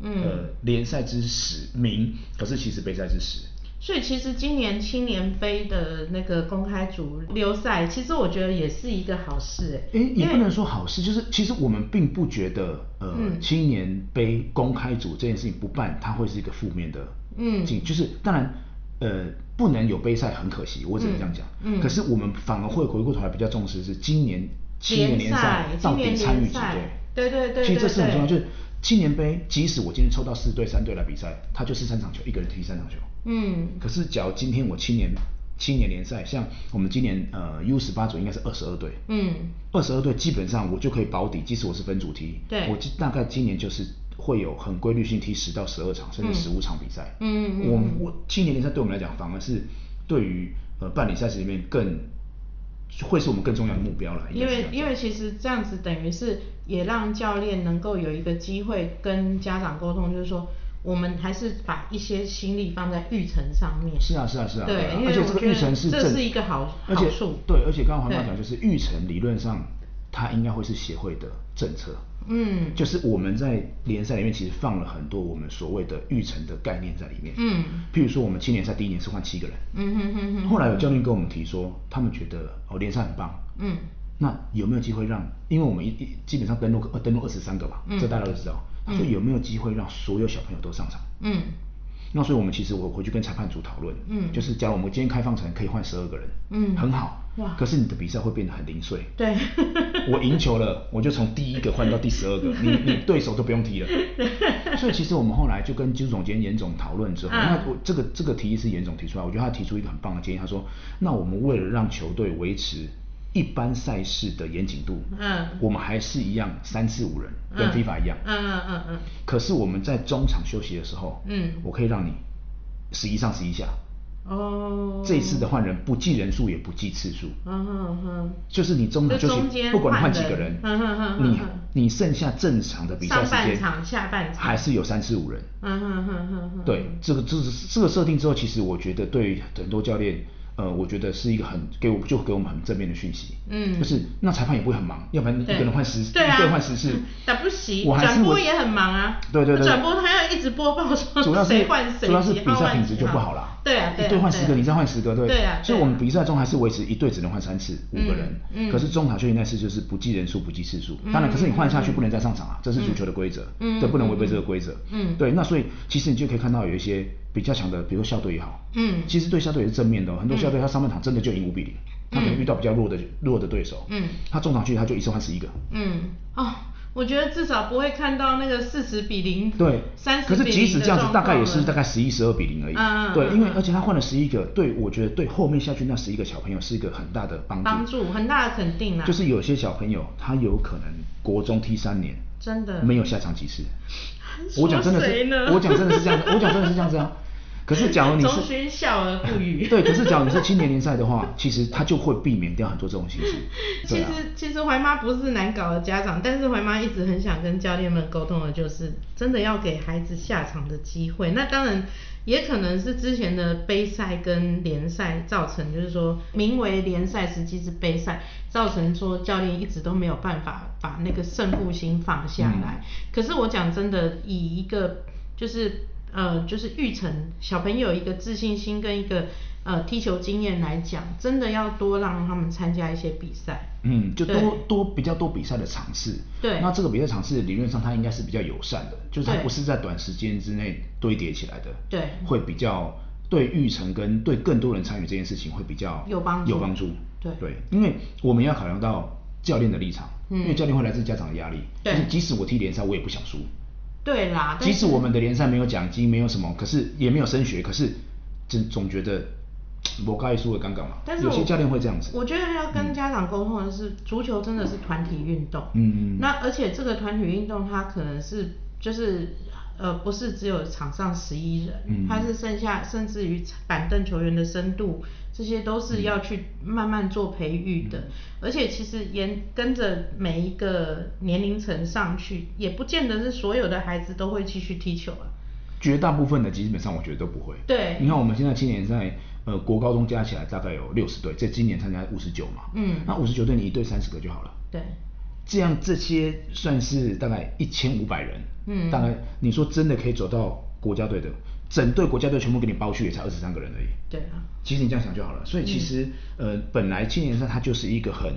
呃嗯呃联赛之实名，可是其实杯赛之实。所以其实今年青年杯的那个公开组溜赛，其实我觉得也是一个好事哎、诶，也因不为能说好事，就是其实我们并不觉得，呃，嗯青年杯公开组这件事情不办，它会是一个负面的，嗯就是当然，呃，不能有杯赛很可惜，我只能这样讲，嗯嗯可是我们反而会回过头来比较重视是今年青年联赛到今底年参与联几赛队，，对对对对，其实这是很重要，对就是青年杯，即使我今天抽到四队三队来比赛，它就是三场球，一个人踢三场球，嗯可是，假如今天我青年青年联赛，像我们今年呃 U 十八组应该是二十二队，嗯二十二队基本上我就可以保底，即使我是分组踢，对我大概今年就是会有很规律性踢十到十二场，甚至十五场比赛。嗯嗯嗯嗯我我青年联赛对我们来讲，反而是对于呃办理赛事里面更会是我们更重要的目标了。应因该是啊为这样因讲为其实这样子等于是也让教练能够有一个机会跟家长沟通，就是说我们还是把一些心力放在育成上面。是啊是啊是啊，对啊因为而且我这个觉得育成是这正是一个好而且好处对，而且刚刚黄妈对讲就是育成理论上它应该会是协会的政策，嗯就是我们在联赛里面其实放了很多我们所谓的育成的概念在里面，嗯譬如说我们青年赛第一年是换七个人，嗯哼哼哼，后来有教练跟我们提说，他们觉得哦联赛很棒，嗯那有没有机会让？因为我们一一基本上登录呃登录二十三个吧，嗯这大家都知道。他说嗯有没有机会让所有小朋友都上场？嗯那所以我们其实我回去跟裁判组讨论，嗯就是假如我们今天开放成可以换十二个人，嗯很好，哇可是你的比赛会变得很零碎。对 我赢球了，我就从第一个换到第十二个，你你对手都不用 踢了。所以其实我们后来就跟金总监、严总讨论之后，嗯那我这个这个提议是严总提出来，我觉得他提出一个很棒的建议，他说，那我们为了让球队维持一般赛事的严谨度，嗯我们还是一样三四五人，跟嗯 FIFA 一样，嗯嗯嗯嗯可是我们在中场休息的时候，嗯我可以让你十一上十一下，哦，这一次的换人不计人数也不计次数，嗯哼哼，就是你中场就休中息，间不管你换换几个人人嗯哼哼，哼你哼你剩下正常的比赛上时半间，场下半场还是有三四五人。嗯哼哼哼哼，对，这个这是这个设定之后，其实我觉得对于很多教练，呃，我觉得是一个很给我就给我们很正面的讯息。嗯就是那裁判也不会很忙，要不然一个对人换十，对啊一个人换十次， 打不起我还是转播我也很忙啊对对对，转播他要一直播报说 主要谁是换谁主要是几比号赛换品几质就号不好啦。对啊对啊一队换对啊十个，你再换十个，对。对啊所以对啊我们比赛中还是维持一队只能换三次，五个人。嗯嗯可是中场休息那次就是不计人数，不计次数。当然，可是你换下去不能再上场啊，这是足球的规则，嗯对，不能违背这个规则。嗯对，那所以其实你就可以看到有一些比较强的，比如说校队也好，嗯其实对校队也是正面的哦。很多校队他上半场真的就赢五比零，他可能遇到比较弱的弱的对手，嗯他中场休息他就一次换十一个。嗯哦，我觉得至少不会看到那个四十比零，对，三十，可是即使这样子，大概也是大概十一、十二比零而已。嗯嗯对，嗯因为而且他换了十一个，对我觉得对后面下去那十一个小朋友是一个很大的帮助。帮助很大的肯定啦，就是有些小朋友他有可能国中踢三年，真的没有下场几次。说我讲真的谁是呢，我讲真的是这样子，我讲真的是这样 子啊。可是假如你中是。勋笑而不语 对，可是假如你是青年联赛的话，其实他就会避免掉很多这种情形。 其对实啊。其实怀妈不是难搞的家长，但是怀妈一直很想跟教练们沟通的，就是真的要给孩子下场的机会。那当然也可能是之前的杯赛跟联赛造成，就是说名为联赛，实际是杯赛，造成说教练一直都没有办法把那个胜负心放下来。可是我讲真的，以一个就是呃，就是育成小朋友一个自信心跟一个呃踢球经验来讲，真的要多让他们参加一些比赛。嗯，就对多多比较多比赛的尝试。对那这个比赛尝试理论上它应该是比较友善的，就是它对不是在短时间之内堆叠起来的。对会比较对育成跟对更多人参与这件事情会比较有帮助有帮助。对因为我们要考量到教练的立场，嗯因为教练会来自家长的压力，对就是即使我踢联赛，我也不想输。对啦，但即使是我们的联赛没有奖金，没有什么，可是也没有升学，可是总总觉得我该输的尴尬嘛。但是有些我教练会这样子。嗯我觉得要跟家长沟通的是，足球真的是团体运动。嗯嗯那而且这个团体运动，它可能是就是呃，不是只有场上十一人，嗯它是剩下甚至于板凳球员的深度，这些都是要去慢慢做培育的。嗯而且其实沿跟着每一个年龄层上去，也不见得是所有的孩子都会继续踢球啊。绝大部分的基本上我觉得都不会。对你看我们现在青年赛，呃，国高中加起来大概有六十队，在今年参加五十九嘛，嗯那五十九队你一队三十个就好了。对，这样这些算是大概一千五百人，嗯大概你说真的可以走到国家队的，整队国家队全部给你包去也才二十三个人而已。对啊其实你这样想就好了。所以其实、嗯呃，本来青年赛它就是一个很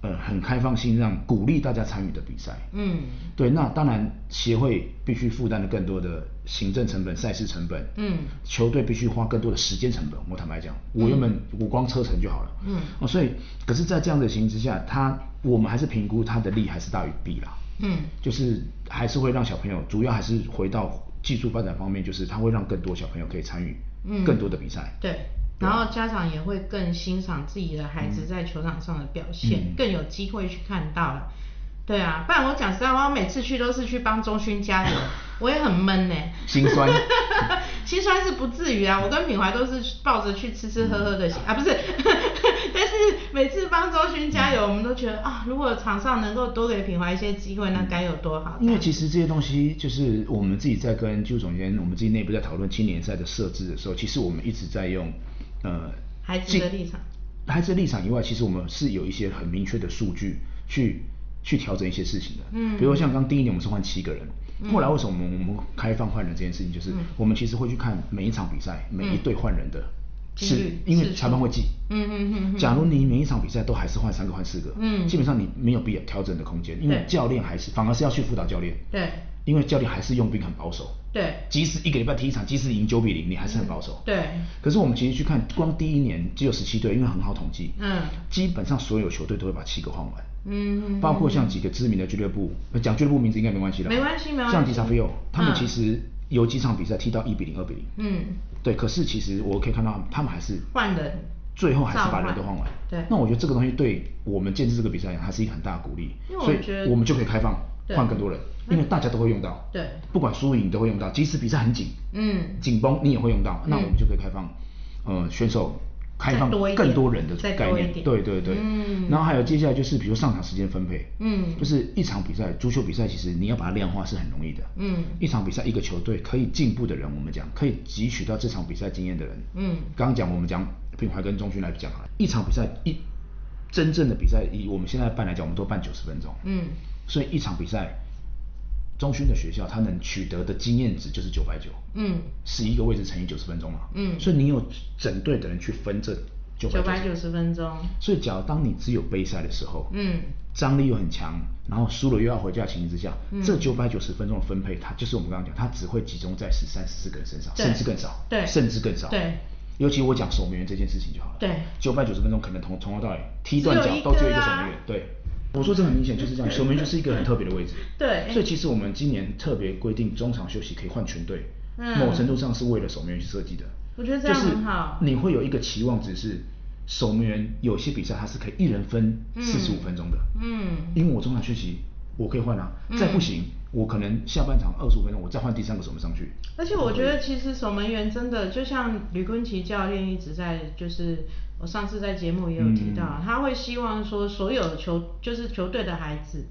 呃很开放性，让鼓励大家参与的比赛。嗯对，那当然协会必须负担了更多的行政成本、赛事成本。嗯球队必须花更多的时间成本。我坦白讲，我原本我光车程就好了。嗯哦，所以可是，在这样的情形之下，它我们还是评估它的利还是大于弊啦。嗯就是还是会让小朋友，主要还是回到技术发展方面，就是它会让更多小朋友可以参与嗯更多的比赛。对，对然啊后家长也会更欣赏自己的孩子在球场上的表现，嗯更有机会去看到了。对啊，不然我讲实在话，我每次去都是去帮中勋加油，我也很闷呢、 心酸。心酸是不至于啊，我跟品怀都是抱着去吃吃喝喝的心嗯啊，不是， 但是每次帮周勋加油，我们都觉得啊，如果场上能够多给品怀一些机会，那该有多好。嗯因为其实这些东西就是我们自己在跟邱总监，我们自己内部在讨论青年赛的设置的时候，其实我们一直在用呃孩子进的立场孩子的立场以外，其实我们是有一些很明确的数据去去调整一些事情的。嗯比如像刚第一年我们是换七个人，嗯后来为什么我们我们开放换人这件事情，就是嗯我们其实会去看每一场比赛每一队换人的几是率因次为数裁判会记。嗯嗯嗯嗯假如你每一场比赛都还是换三个换四个，嗯基本上你没有必要调整的空间，因为对教练还是反而是要去辅导教练，对因为教练还是用兵很保守，对即使一个礼拜踢一场，即使赢九比零，你还是很保守。嗯对，可是我们其实去看，光第一年只有十七队，因为很好统计，嗯基本上所有球队都会把七个换完，嗯嗯，包括像几个知名的俱乐部，呃讲俱乐部名字应该没关系了，没关系没关系像吉萨菲奥，他们嗯其实有几场比赛踢到一比零、二比零，嗯对，可是其实我可以看到他们还是换人最后还是召把人唤都换完。对那我觉得这个东西对我们建制这个比赛，它是一个很大的鼓励因为，我所觉以得我们就可以开放对换更多人，因为大家都会用到。对不管输赢你都会用到，即使比赛很紧，嗯紧绷你也会用到，那嗯我们就可以开放，呃，选手开放再多一点更多人的再多概一念，点对对对，嗯然后还有接下来就是比如上场时间分配，嗯就是一场比赛，足球比赛其实你要把它量化是很容易的，嗯一场比赛一个球队可以进步的人，我们讲可以汲取到这场比赛经验的人，嗯刚刚讲我们讲品牌跟中勋来讲好了，一场比赛一真正的比赛以我们现在办来讲，我们都办九十分钟，嗯所以一场比赛，中勋的学校他能取得的经验值就是九百九，嗯十一个位置乘以九十分钟嘛，嗯所以你有整队的人去分这九九百百九十分钟所以，假如当你只有杯赛的时候，嗯张力又很强，然后输了又要回家的情形之下，嗯这九百九十分钟的分配，它就是我们刚刚讲，它只会集中在十三、十四个人身上，对甚至更少，对甚至更少，对。尤其我讲守门员这件事情就好了，对九百九十分钟可能从从头到尾踢只有断脚一都只个有一个守啊门员，对。我说这很明显就是这样，守门员就是一个很特别的位置，对所以其实我们今年特别规定中场休息可以换全队，嗯某程度上是为了守门员去设计的。我觉得这样很好就是你会有一个期望值是，守门员有些比赛他是可以一人分嗯四十五分钟的，嗯因为我中场休息我可以换啊，嗯再不行我可能下半场二十五分钟我再换第三个守门上去。而且我觉得，其实守门员真的就像吕坤奇教练一直在，就是我上次在节目也有提到，嗯他会希望说所有球就是球队的孩子，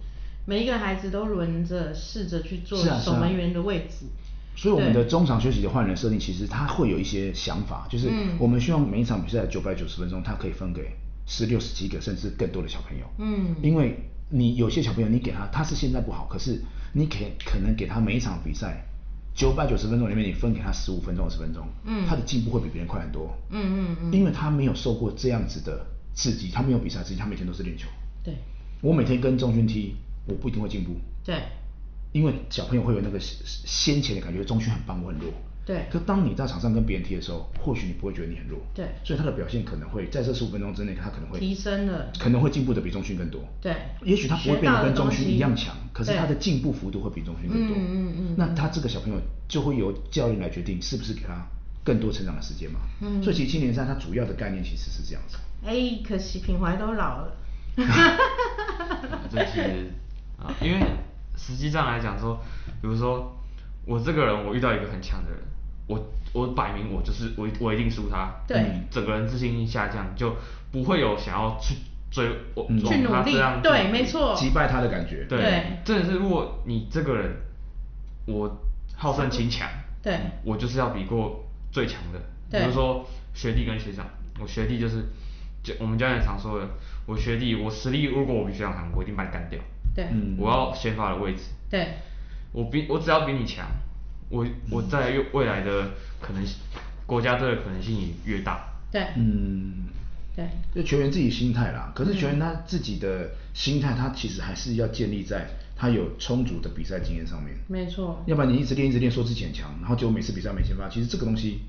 每一个孩子都轮着试着去做是啊是啊守门员的位置。所以我们的对中场休息的换人设定，其实它会有一些想法，就是嗯我们希望每一场比赛的九百九十分钟，它可以分给十六、十七个甚至更多的小朋友。嗯因为你有些小朋友，你给他他是现在不好，可是你给可能给他每一场比赛九百九十分钟里面，你分给他十五分钟、十分钟，嗯他的进步会比别人快很多。嗯嗯嗯因为他没有受过这样子的刺激，他没有比赛刺激，他每天都是练球。对我每天跟中训踢，我不一定会进步。对因为小朋友会有那个先先前的感觉，中区很棒，我很弱。对可当你在场上跟别人踢的时候，或许你不会觉得你很弱。对所以他的表现可能会在这十五分钟之内，他可能会提升了可能会进步的比中区更多。对也许他不会变得跟中区一样学到强的东西，可是他的进步幅度会比中区更多。对嗯嗯嗯那他这个小朋友就会由教练来决定是不是给他更多成长的时间嘛。嗯所以其实青年赛它主要的概念其实是这样子。哎、可惜品怀都老了。 这其实啊，因为实际上来讲说，比如说我这个人，我遇到一个很强的人，我我摆明我就是我我一定输他，对嗯整个人自信心下降，就不会有想要去追我嗯去往努他力这样，对，没。错，击败他的感觉。对对，真的是如果你这个人，我好胜心强，对我就是要比过最强的。对比如说学弟跟学长，我学弟就是，就我们教练常说的，我学弟我实力如果我比学长强，我一定把你干掉。对嗯我要先发的位置。对我比我只要比你强，我我在未来的可能性国家队的可能性也越大。对，嗯，对，就球员自己心态啦。可是嗯球员他自己的心态，他其实还是要建立在他有充足的比赛经验上面。没错。要不然你一直练一直练，说自己很强，然后结果每次比赛没先发，其实这个东西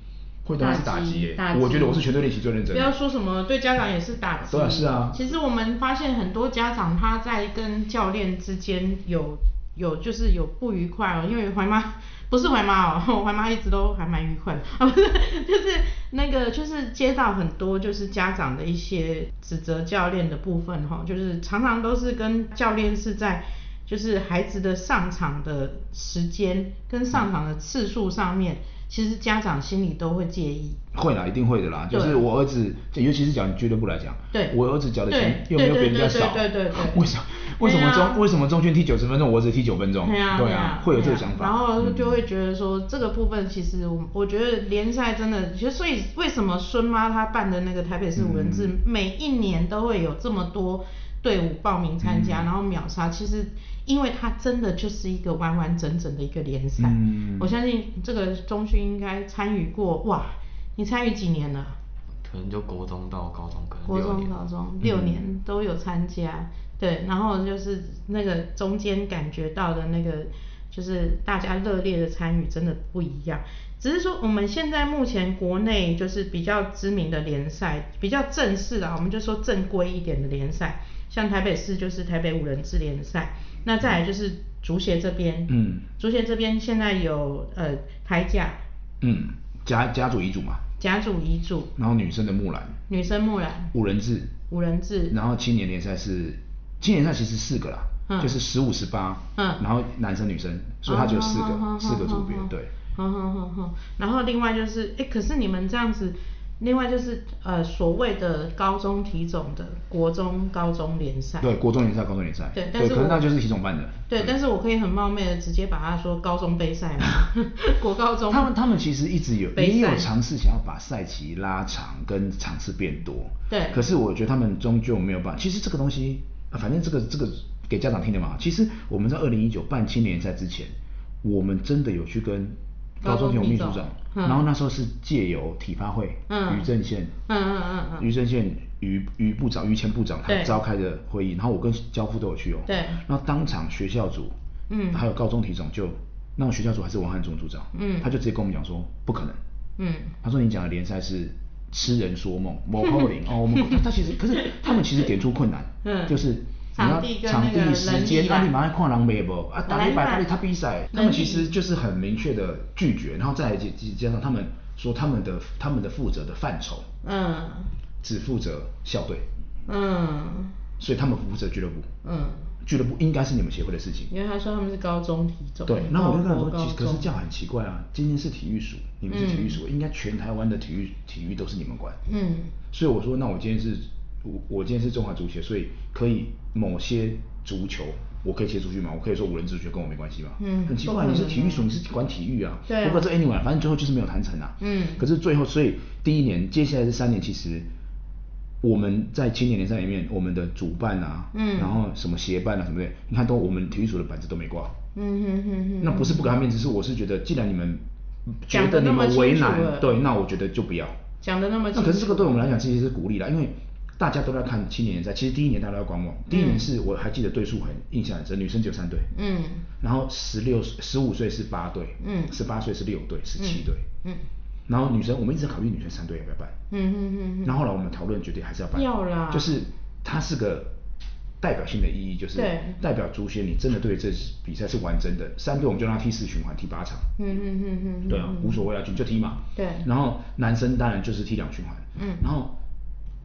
会对他是打击耶、打击我觉得我是全队练习最认真不的。要说什么对家长也是打击。对啊是啊其实我们发现很多家长他在跟教练之间有有就是有不愉快哦，因为怀妈不是怀妈哦， 我怀妈一直都还蛮愉快的 啊，不是，就是那个就是接到很多就是家长的一些指责教练的部分哈、哦，就是常常都是跟教练是在。就是孩子的上场的时间跟上场的次数上面，其实家长心里都会介意。会啦，一定会的啦。对就是我儿子，就尤其是讲俱乐部来讲，对我儿子缴的钱对又没有比对人家对对少，对对对 为什么为什么对啊中为什么中圈踢九十分钟，我只踢九分钟？对啊，啊，会有这个想法。然后嗯就会觉得说，这个部分其实我我觉得联赛真的，其实所以为什么孙妈她办的那个台北市五人制，每一年都会有这么多队伍报名参嗯加，然后秒杀。其实因为它真的就是一个完完整整的一个联赛，嗯我相信这个中勋应该参与过。哇，你参与几年了？可能就国中到高中，可能国六中、年嗯高中六年都有参加，对，然后就是那个中间感觉到的那个，就是大家热烈的参与真的不一样。只是说我们现在目前国内就是比较知名的联赛，比较正式的啊，我们就说正规一点的联赛，像台北市就是台北五人制联赛，那再来就是足协这边，嗯足协这边现在有呃台甲、嗯，家家族遗嘱嘛，甲组、乙组、然后女生的木兰、女生木兰、五人制，五人制，然后青年联赛是青年联赛其实四个啦，嗯就是十五十八，嗯然后男生女生，所以它只有四个、哦四个组别，对。。好好好好，然后另外就是，哎，可是你们这样子，另外就是呃所谓的高中体总的国中高中联赛。对，嗯国中联赛、高中联赛，对但是可是我那就是体总办的。对，但是我可以很冒昧的直接把它说高中杯 赛嘛，国高中。他们他们其实一直有杯也有赛尝试想要把赛期拉长，跟场次变多。对可是我觉得他们终究没有办法。其实这个东西，啊、反正这个这个给家长听的嘛。其实我们在二零一九办青年赛之前，我们真的有去跟高高中体中育秘体书总长，嗯然后那时候是借由体发会，嗯于正宪，嗯嗯嗯嗯于正宪于于部长于前部长他对召开的会议，然后我跟教父都有去哦。对然后当场学校组，嗯还有高中体总就，那我学校组还是王汉忠组长，嗯他就直接跟我们讲说不可能，嗯，他说你讲的联赛是痴人说梦，某后零 哦，我们他他其实可是他们其实点出困难，嗯就是你场要地跟场那个地人时力间，啊那你马上跨栏没不啊，打一百篮板打一他比赛，他人力们其实就是很明确的拒绝，然后再来加加上他们说他们的他们的负责的范畴嗯只负责校队，嗯所以他们不负责俱乐部，嗯，俱乐部应该是你们协会的事情。因为他说他们是高中体总。对，那我就跟他说，高其实可是中这样很奇怪啊，今天是体育署，你们是体育署，应该全台湾的体育体育都是你们管。嗯所以我说，那我今天是，我我今天是中华足协，所以可以某些足球，我可以切出去吗？我可以说无人足球跟我没关系吗？嗯很奇不可怪，能你是体育署，你是管体育啊。对啊不过这 anyway，反正最后就是没有谈成啊。嗯可是最后，所以第一年，接下来这三年，其实我们在青年联赛里面，我们的主办啊，嗯然后什么协办啊什么的，你看都我们体育署的板子都没挂。嗯哼哼哼。那不是不给他面子，是我是觉得，既然你们觉讲得得你那么们清为楚难了，对，那我觉得就不要。讲的那么清楚。那可是这个对我们来讲其实是鼓励啦，因为大家都在看青年联赛，其实第一年大家都在观望，第一年是我还记得对数很印象很深，女生只有三队，嗯然后十六十五岁是八队，嗯十八岁是六队，十七队，嗯然后女生我们一直在考虑女生三队要不要办，嗯嗯嗯。然后后来我们讨论决定还是要办，要啦就是它是个代表性的意义，就是对代表足协你真的对这比赛是完整的，三队我们就让他踢四循环，踢八场，嗯嗯嗯嗯嗯。对啊，无所谓啊，就就踢嘛。对然后男生当然就是踢两循环。嗯然后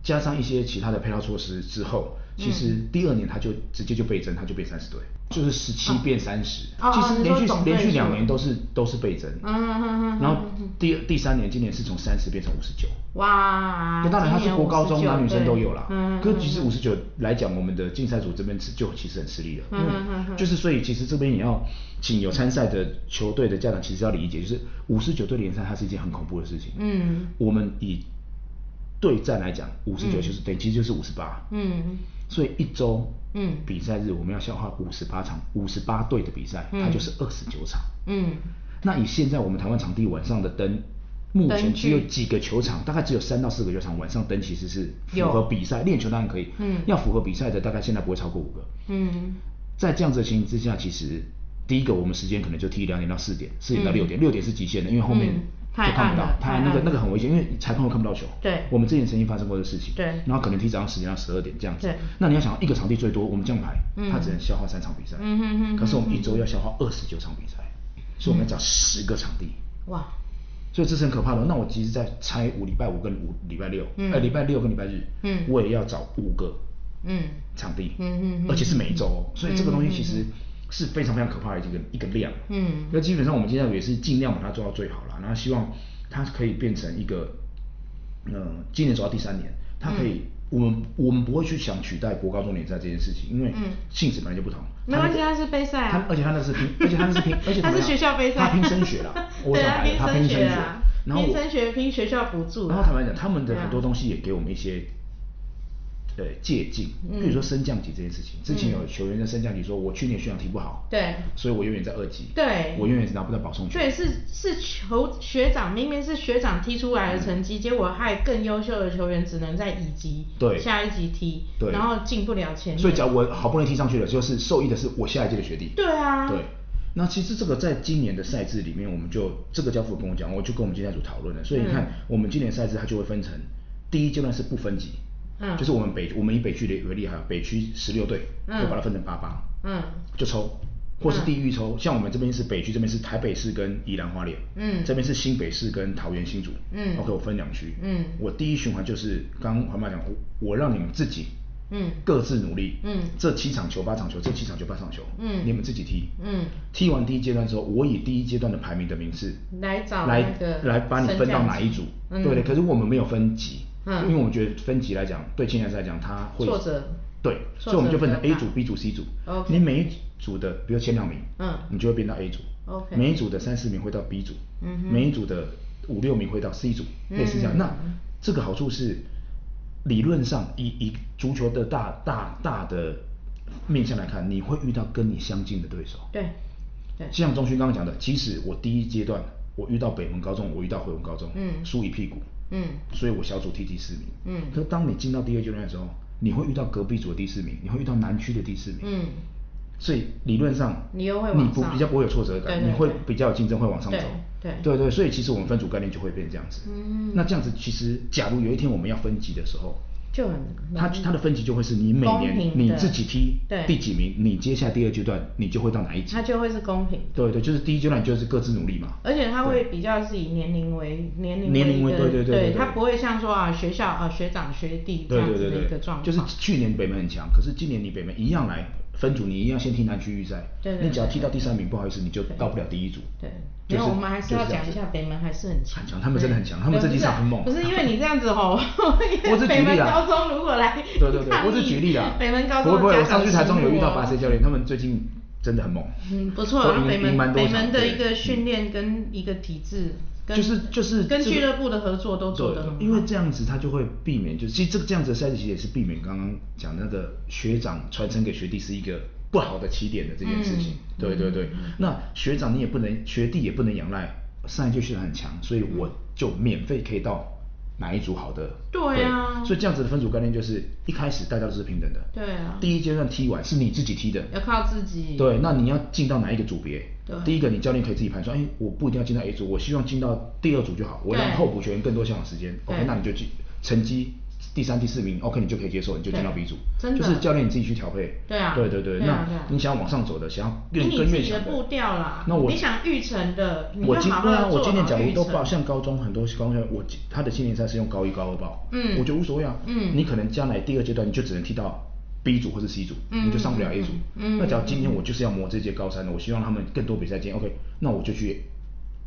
加上一些其他的配套措施之后，嗯其实第二年他就直接就倍增，他就变三十队，就是十七变三十、哦哦其实你连说续、总队连续数两年都是都是倍增。嗯嗯嗯嗯然后第第三年，今年是从三十变成五十九。哇，那当然，它是国高中男女生都有啦。嗯，可是其实五十九来讲，我们的竞赛组这边是就其实很吃力了，嗯因为嗯嗯嗯就是所以其实这边也要请有参赛的球队的家长其实要理解，就是五十九队联赛它是一件很恐怖的事情。嗯我们以对战来讲，五十九就是等于其实就是五十八，嗯所以一周嗯比赛日我们要消化五十八场，五十八队的比赛，它就是二十九场。嗯那以现在我们台湾场地晚上的灯，目前灯只有具几个球场，大概只有三到四个球场晚上灯其实是符有合比赛练球当然可以，嗯要符合比赛的大概现在不会超过五个。嗯，在这样子的情形之下，其实第一个我们时间可能就踢两点到四点，四点到六点，六、点是极限的，因为后面嗯就太看不暗到了，太太那个暗那个很危险，因为裁判会看不到球。对我们之前曾经发生过的事情。对然后可能踢早上十点到十二点这样子对。那你要想，一个场地最多我们这样排，嗯它只能消耗三场比赛。嗯哼哼哼嗯可是我们一周要消耗二十九场比赛，所以我们要找十个场地。哇，所以这是很可怕的。那我其实在拆五礼拜五跟五礼拜六，嗯呃，礼拜六跟礼拜日，嗯我也要找五个嗯场地，嗯嗯嗯而且是每周哦，所以这个东西其嗯实是非常非常可怕的一个一个量，嗯那基本上我们现在也是尽量把它做到最好了，然后希望它可以变成一个，嗯，今年走到第三年，它可嗯以。我们我们不会去想取代国高中联赛这件事情，因为嗯性质本来就不同。没关系它是杯赛啊它而且它那个是拼，而且它那是拼，而且怎它么是样学校杯赛。它拼升学啦我对它讲白了拼它升拼学升学啊，然后拼我升学拼学校补助然啦后坦白讲，他们的很对多啊东西也给我们一些，呃，借鉴。嗯比如说升降级这件事情，之嗯前有球员在升降级说，我去年学长踢不好，对所以我永远在二级，对我永远拿不到保送球。对，是是球学长，明明是学长踢出来的成绩，结果害更优秀的球员只能在乙级、对下一级踢，对然后进不了前面。所以，假如我好不容易踢上去了，就是受益的是我下一届的学弟。对啊对。那其实这个在今年的赛制里面，我们就这个教父跟我讲，我就跟我们竞赛组讨论了。所以你看，嗯我们今年赛制它就会分成，第一阶段是不分级，嗯就是我们北我们以北区的为例哈，北区十六队，嗯我把它分成八八，嗯就抽，或是地域抽，像我们这边是北区，这边是台北市跟宜兰花莲，嗯这边是新北市跟桃园新竹，嗯，OK，我分两区，嗯我第一循环就是刚刚黄妈讲，我我让你们自己，嗯各自努力，嗯这七场球八场球，这七场球八场球，嗯你们自己踢，嗯踢完第一阶段之后，我以第一阶段的排名的名次来找来那个来把你分到哪一组升，降级对对。嗯可是我们没有分级，嗯因为我觉得分级来讲，对青年赛来讲，它会挫折对，挫折所以我们就分成比较 A 大组、B 组、C 组。 OK 你每一组的，比如前两名，嗯你就会变到 A 组。 OK 每一组的三四名会到 B 组，嗯哼每一组的五六名会到 C 组，嗯类似这样。那这个好处是，理论上以以足球的大大大的面向来看，你会遇到跟你相近的对手。对对，就像钟勋刚刚讲的，即使我第一阶段我遇到北门高中，我遇到回文高中，嗯输一屁股，嗯所以我小组踢第四名，嗯可是当你进到第二阶段的时候，你会遇到隔壁组的第四名，你会遇到南区的第四名，嗯，所以理论上你又会往你不上比较不会有挫折感，对对你会对比较有竞争，会往上走对，对对对，所以其实我们分组概念就会变这样子，嗯那这样子其实假如有一天我们要分级的时候，就很它它的分级就会是你每嗯公年平你的自己踢对第几名，你接下来第二阶段你就会到哪一级它，就会是公平的，对对，就是第一阶段就是各自努力嘛，而且它会对比较是以年龄为年龄年龄为为一个对对对对对它不会像说啊学校啊学长学弟这对样对子对的对，一个状况，就是去年北门很强，可是今年你北门一样来分组，你一样先踢南区预赛，对对你只要对踢到第三名，不好意思，你就对到不了 第一组。对，就没有，是我们还是就要这样讲一子下北门还是很强，很强他们真的很强他们对这几场很猛不是不是因为你这样子 吼，我只举北例门啦高中如果来对对对，抗我只议举例啦。 北门高不会中不的会，家我长上次台中有遇到巴巴西西教练，他们最近真的很猛。嗯，不错都啊，赢北赢门蛮多北场门的一对个训练跟一个体制，跟就是就是跟这个俱乐部的合作都做对得很好，因为这样子他就会避免，就是其实这个这样子的赛事其实也是避免刚刚讲那个学长传承给学弟是一个不好的起点的这件事情。嗯对对对，那学长你也不能，学弟也不能仰赖上一届学长很强，所以我就免费可以到哪一组好的。对啊所以这样子的分组概念就是一开始大家都是平等的。对啊第一阶段踢完是你自己踢的，要靠自己，对，那你要进到哪一个组别对？第一个，你教练可以自己盘算，哎，我不一定要进到 A 组，我希望进到第二组就好，我让对候补球员更多下场时间。OK，对那你就进成绩第三、第四名，OK，你就可以接受，你就进到 B 组对真，的就是教练你自己去调配。对啊对对对，对啊那对啊你想要往上走的，想要以更你更自越己的强步调啦那我你想育成的你我就今好好对啊，地我做今年好假如育都成报，像高中很多高中我他的青年赛是用高一高二报，嗯我觉得无所谓啊，嗯你可能将来第二阶段你就只能踢到 B 组或是 C 组，嗯你就上不了 A 组，嗯嗯嗯那假如今天我就是要磨这届高三的，我希望他们更多比赛经验，OK，那我就去。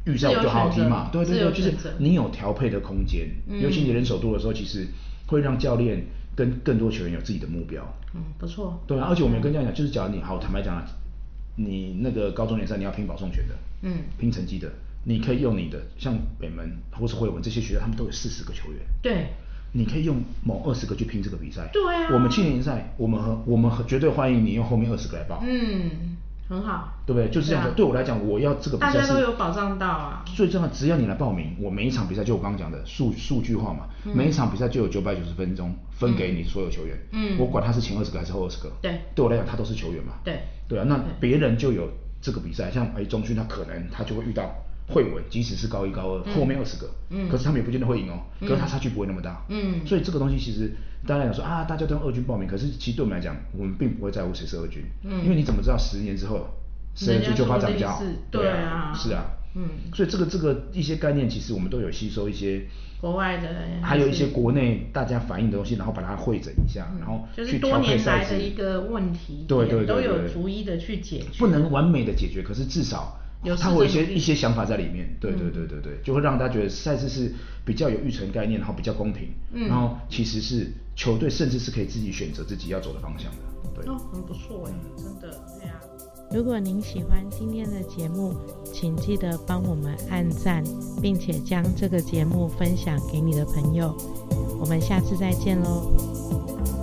预赛我就好好踢嘛，自对由选择自对对，就由是选择你有调配的空间，嗯尤其你人手多的时候，其实会让教练跟更多球员有自己的目标。嗯，不错，对啊，而且我们跟这样讲，就是假如你好，坦白讲啊，你那个高中联赛你要拼保送权的，嗯拼成绩的，你可以用你的像北门或是惠文这些学校，他们都有四十个球员，对，你可以用某二十个去拼这个比赛。对啊我们去年联赛，我们和我们和绝对欢迎你用后面二十个来报。嗯，很好，对不对？就是这样子。对对啊我来讲，我要这个比大赛家是都有保障到啊最重要，只要你来报名，我每一场比赛就我刚刚讲的数数据化嘛，嗯每一场比赛就有九百九十分钟分给你所有球员。嗯我管他是前二十个还是后二十个。对对我来讲，他都是球员嘛。对对啊，那对别人就有这个比赛，像哎中勋他可能他就会遇到慧文，即使是高一高二、后面二十个，嗯可是他们也不见得会赢哦，可是他差距不会那么大。嗯所以这个东西其实大家讲说啊，大家都用二军报名，可是其实对我们来讲，我们并不会在乎谁是二军，嗯因为你怎么知道十年之后谁人的家足球说发不展定比较好是？对对啊是啊，嗯所以这个这个一些概念，其实我们都有吸收一些，国外的还有一些嗯是嗯国内大家反映的东西，然后把它汇整一下，然后就是去多调配年赛来的制。一个问题，对对对都对有对逐一的去解决。不能完美的解决，可是至少有它试会有一着些努力一些想法在里面。对对嗯对对对，就会让大家觉得赛事是比较有预存概念，然后比较公平，嗯然后其实是球队甚至是可以自己选择自己要走的方向的。对。哦，很不错哎，真的，对啊。如果您喜欢今天的节目，请记得帮我们按赞，并且将这个节目分享给你的朋友。我们下次再见喽。